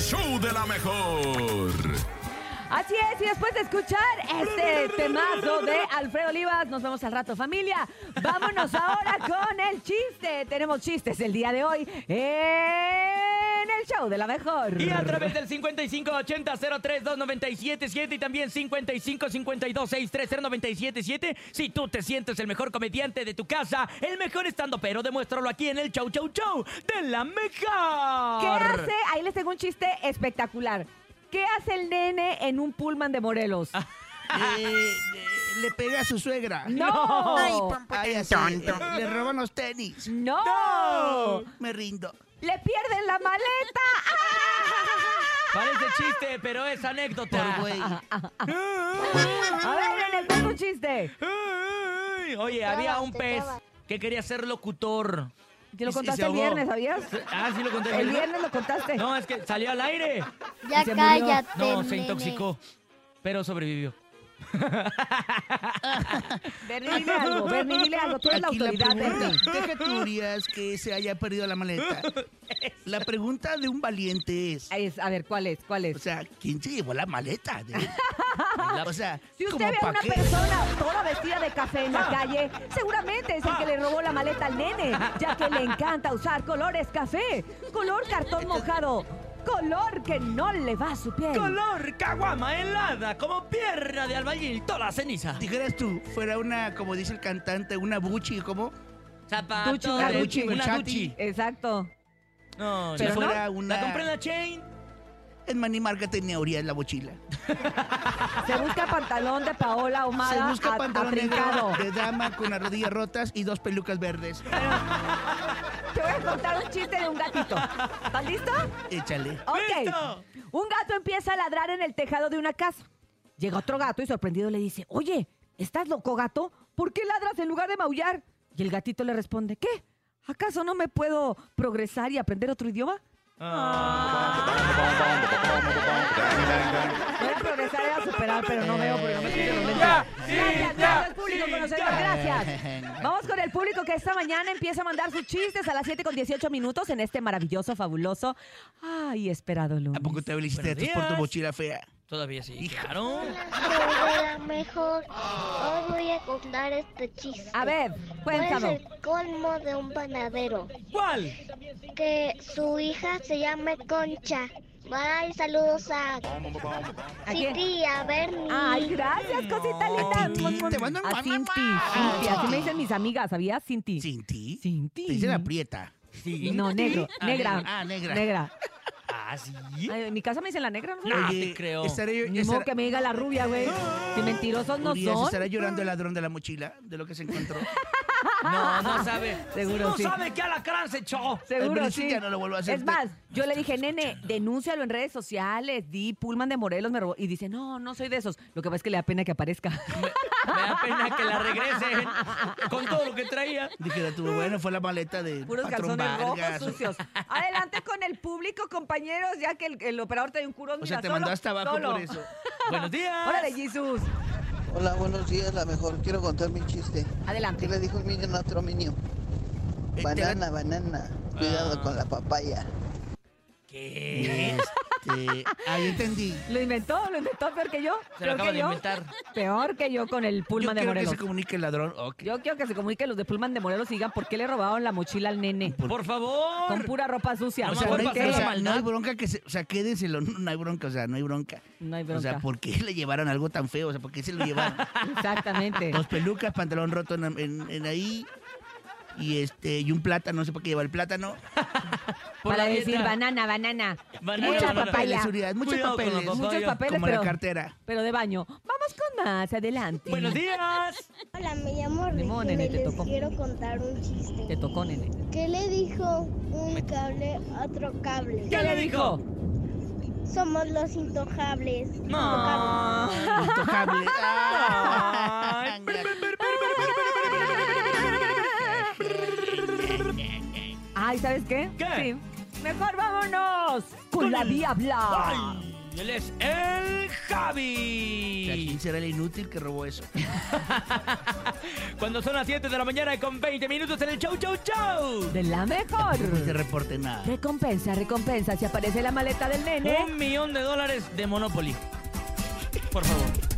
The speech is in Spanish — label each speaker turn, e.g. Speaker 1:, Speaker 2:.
Speaker 1: show de la mejor.
Speaker 2: Así es, y después de escuchar este temazo de Alfredo Olivas, nos vemos al rato, familia. Vámonos ahora con el chiste. Tenemos chistes el día de hoy en el show de la mejor.
Speaker 3: Y a través del 5580-032977 y también 5552-630977, si tú te sientes el mejor comediante de tu casa, el mejor estando pero, demuéstralo aquí en el Chau Chau Chau de la
Speaker 2: ¿Qué
Speaker 3: mejor.
Speaker 2: hace? Ahí les tengo un chiste espectacular. ¿Qué hace el nene en un pullman de Morelos?
Speaker 4: Eh, eh, le pegué a su suegra.
Speaker 2: ¡No!
Speaker 5: Ay, pompo
Speaker 4: Ay,
Speaker 5: tan
Speaker 4: así,
Speaker 5: tonto.
Speaker 4: eh, le roban los tenis.
Speaker 2: ¡No!
Speaker 4: Me rindo.
Speaker 2: ¡Le pierden la maleta! ¡Ah!
Speaker 3: Parece chiste, pero es anécdota.
Speaker 4: Por güey.
Speaker 2: A ver, nene, tengo un chiste.
Speaker 3: Ay, Oye, había un pez que quería ser locutor.
Speaker 2: Te lo
Speaker 4: Y se- y se
Speaker 2: contaste el
Speaker 4: ahogó.
Speaker 2: viernes, ¿sabías?
Speaker 3: Ah, sí lo conté.
Speaker 2: El
Speaker 3: ¿verdad?
Speaker 2: viernes lo contaste.
Speaker 3: No, es que salió al aire.
Speaker 6: Ya
Speaker 2: Se murió.
Speaker 6: cállate.
Speaker 3: No, se
Speaker 6: nene.
Speaker 3: intoxicó, pero sobrevivió.
Speaker 2: Bernie, dile algo, Bernie, dile algo. Tú eres la
Speaker 4: Aquí
Speaker 2: autoridad, ¿eh?
Speaker 4: pregunta,
Speaker 2: Bernie.
Speaker 4: deja teorías que se haya perdido la maleta. La pregunta de un valiente es,
Speaker 2: Es- a ver, ¿cuál es? ¿Cuál
Speaker 4: o
Speaker 2: es?
Speaker 4: sea, ¿quién se llevó la maleta? de- O sea,
Speaker 2: Si usted
Speaker 4: ¿cómo
Speaker 2: ve a
Speaker 4: pa'
Speaker 2: una
Speaker 4: qué?
Speaker 2: persona toda vestida de café en la calle, seguramente es el que le robó la maleta al nene, ya que le encanta usar colores café, color cartón mojado, color que no le va a su piel.
Speaker 3: Color caguama helada, como pierna de albañil, toda la ceniza.
Speaker 4: Dijeras tú, fuera una, como dice el cantante, una buchi, ¿cómo?
Speaker 3: Zapato
Speaker 2: Duchi,
Speaker 3: de-
Speaker 2: una Duchi.
Speaker 3: una Duchi.
Speaker 2: Exacto.
Speaker 3: No,
Speaker 4: Si
Speaker 3: la-
Speaker 4: fuera
Speaker 3: La
Speaker 4: una...
Speaker 3: compré en la chain.
Speaker 4: En Manny Market tenía Urias la mochila.
Speaker 2: Se busca pantalón de Paola Omada
Speaker 4: Se busca
Speaker 2: a-
Speaker 4: pantalón negro
Speaker 2: atrincado.
Speaker 4: de dama con las rodillas rotas y dos pelucas verdes.
Speaker 2: Te voy a contar un chiste de un gatito. ¿Estás listo?
Speaker 4: Échale.
Speaker 2: Ok.
Speaker 3: ¡Listo!
Speaker 2: Un gato empieza a ladrar en el tejado de una casa. Llega otro gato y sorprendido le dice, oye, ¿estás loco gato? ¿Por qué ladras en lugar de maullar? Y el gatito le responde, ¿qué? ¿Acaso no me puedo progresar y aprender otro idioma? Voy a progresar y a superar, pero no veo porque no me quito los lentes. Gracias, gracias al público
Speaker 3: sí,
Speaker 2: conocedor,
Speaker 3: ya.
Speaker 2: gracias. Vamos con el público que esta mañana empieza a mandar sus chistes a las 7 con 18 minutos en este maravilloso, fabuloso, ay, esperado lunes.
Speaker 4: ¿A poco te felicité
Speaker 3: Buenos
Speaker 4: de por tu
Speaker 3: días.
Speaker 4: mochila fea?
Speaker 3: Todavía sí. Claro.
Speaker 6: Pero mejor. Hoy voy a contar este chiste.
Speaker 2: A ver,
Speaker 6: ¿Cuál es
Speaker 2: cuéntalo.
Speaker 6: el colmo de un panadero?
Speaker 3: ¿Cuál?
Speaker 6: Que su hija se llame Concha. Bye, saludos a
Speaker 2: quién?
Speaker 6: Cinti, a Bernie.
Speaker 2: Ay, gracias, cosita linda.
Speaker 4: Cinti,
Speaker 2: Mon, mon.
Speaker 4: te mando un
Speaker 2: A
Speaker 4: pan,
Speaker 2: Cinti,
Speaker 4: mamá.
Speaker 2: Cinti. Así
Speaker 4: Cinti.
Speaker 2: me dicen mis amigas, ¿sabías? Cinti.
Speaker 4: ¿Sin ti?
Speaker 2: Cinti.
Speaker 4: Te dicen aprieta.
Speaker 3: Sí.
Speaker 2: No, negro,
Speaker 3: Ah,
Speaker 2: negra.
Speaker 4: negra. Ah, negra.
Speaker 3: Ah, sí.
Speaker 2: Ay, en mi casa me dicen la negra, ¿no?
Speaker 3: No. Ah, te creo.
Speaker 4: estaré yo-
Speaker 2: Ni
Speaker 4: estar-
Speaker 2: modo que me diga la rubia, güey. Si mentirosos no
Speaker 4: Urias,
Speaker 2: son.
Speaker 4: estará llorando el ladrón de la mochila de lo que se encontró.
Speaker 3: No, no sabe.
Speaker 2: Seguro
Speaker 3: No
Speaker 2: sí.
Speaker 3: sabe que alacrán se echó.
Speaker 2: Seguro
Speaker 4: Al
Speaker 2: sí.
Speaker 4: principio ya no lo vuelvo a hacer.
Speaker 2: Es más, yo le dije, nene, denúncialo en redes sociales. Di Pullman de Morelos me robó. Y dice, no, no soy de esos. Lo que pasa es que le da pena que aparezca.
Speaker 3: Me da pena que la regresen con todo lo que traía.
Speaker 4: Dijera tú, bueno, fue la maleta de
Speaker 2: Puros
Speaker 4: Patrón
Speaker 2: calzones rojos
Speaker 4: Vargas.
Speaker 2: sucios. Adelante con el público, compañeros, ya que el, el operador trae un curón.
Speaker 4: O
Speaker 2: mira,
Speaker 4: sea, te
Speaker 2: solo,
Speaker 4: mandó hasta abajo
Speaker 2: solo.
Speaker 4: por eso.
Speaker 3: Buenos días.
Speaker 2: Órale, Jesús.
Speaker 7: Hola, buenos días, la mejor. Quiero contar mi chiste. ¿Qué
Speaker 2: Adelante.
Speaker 7: le dijo un niño a otro niño?
Speaker 4: Eh,
Speaker 7: Banana, banana. Cuidado con la papaya.
Speaker 3: ¿Qué?
Speaker 4: Este, ahí entendí.
Speaker 2: Lo inventó, lo inventó peor que yo.
Speaker 3: Se
Speaker 2: peor
Speaker 3: lo acabo
Speaker 2: que
Speaker 3: de
Speaker 2: yo.
Speaker 3: inventar.
Speaker 2: Peor que yo con el
Speaker 4: Yo
Speaker 2: Pullman de
Speaker 4: quiero que
Speaker 2: Morelos.
Speaker 4: se comunique el ladrón. Ok.
Speaker 2: Yo quiero que se comuniquen los de Pullman de Morelos y digan por qué le robaron la mochila al nene.
Speaker 3: Por favor.
Speaker 2: Con pura ropa sucia.
Speaker 3: No
Speaker 4: O
Speaker 3: me
Speaker 4: sea, no
Speaker 3: acuerdo
Speaker 4: hay,
Speaker 2: ¿Por
Speaker 3: hacer
Speaker 4: o
Speaker 2: qué?
Speaker 3: la
Speaker 4: sea,
Speaker 3: maldad.
Speaker 4: no hay bronca que se, o sea, quédenselo, no hay bronca, o sea, no hay bronca.
Speaker 2: No hay
Speaker 4: O sea,
Speaker 2: bronca.
Speaker 4: ¿por qué le llevaron algo tan feo? O sea, ¿por qué se lo llevaron?
Speaker 2: Exactamente.
Speaker 4: Dos pelucas, pantalón roto en, en- en ahí y este y un plátano, no sé por qué lleva el plátano.
Speaker 3: Por
Speaker 2: Para
Speaker 3: la
Speaker 2: decir
Speaker 3: dieta.
Speaker 2: banana, banana.
Speaker 3: Banana,
Speaker 2: Mucha
Speaker 3: banana.
Speaker 2: papaya.
Speaker 4: Papeles, Urias, muchos
Speaker 3: Cuidado con la
Speaker 4: papeles.
Speaker 3: papaya.
Speaker 2: Muchos papeles,
Speaker 4: Como
Speaker 2: pero,
Speaker 4: la cartera.
Speaker 2: pero de baño. Vamos con más, adelante.
Speaker 3: Buenos días.
Speaker 6: Hola, me llamo
Speaker 2: Limón, nene,
Speaker 6: Regina y
Speaker 2: te
Speaker 6: les
Speaker 2: tocó.
Speaker 6: quiero contar un
Speaker 2: Te
Speaker 6: chiste.
Speaker 2: tocó, nene.
Speaker 6: ¿Qué le dijo un cable a otro cable?
Speaker 3: ¿Qué le dijo?
Speaker 6: Somos los intocables.
Speaker 3: No.
Speaker 4: Intocable. Ah,
Speaker 3: Ay.
Speaker 2: Ay, ¿sabes qué?
Speaker 3: ¿Qué?
Speaker 2: Sí. Mejor vámonos con la diabla.
Speaker 3: Ay. Y él es el
Speaker 4: O sea,
Speaker 3: Javi.
Speaker 4: ¿Quién será el inútil que robó eso?
Speaker 3: Cuando son las 7 de la mañana con 20 minutos en el show, show, show.
Speaker 2: De la mejor.
Speaker 4: No se reporte nada.
Speaker 2: Recompensa, recompensa. Si aparece la maleta del nene.
Speaker 3: Un millón de dólares de Monopoly. Por favor.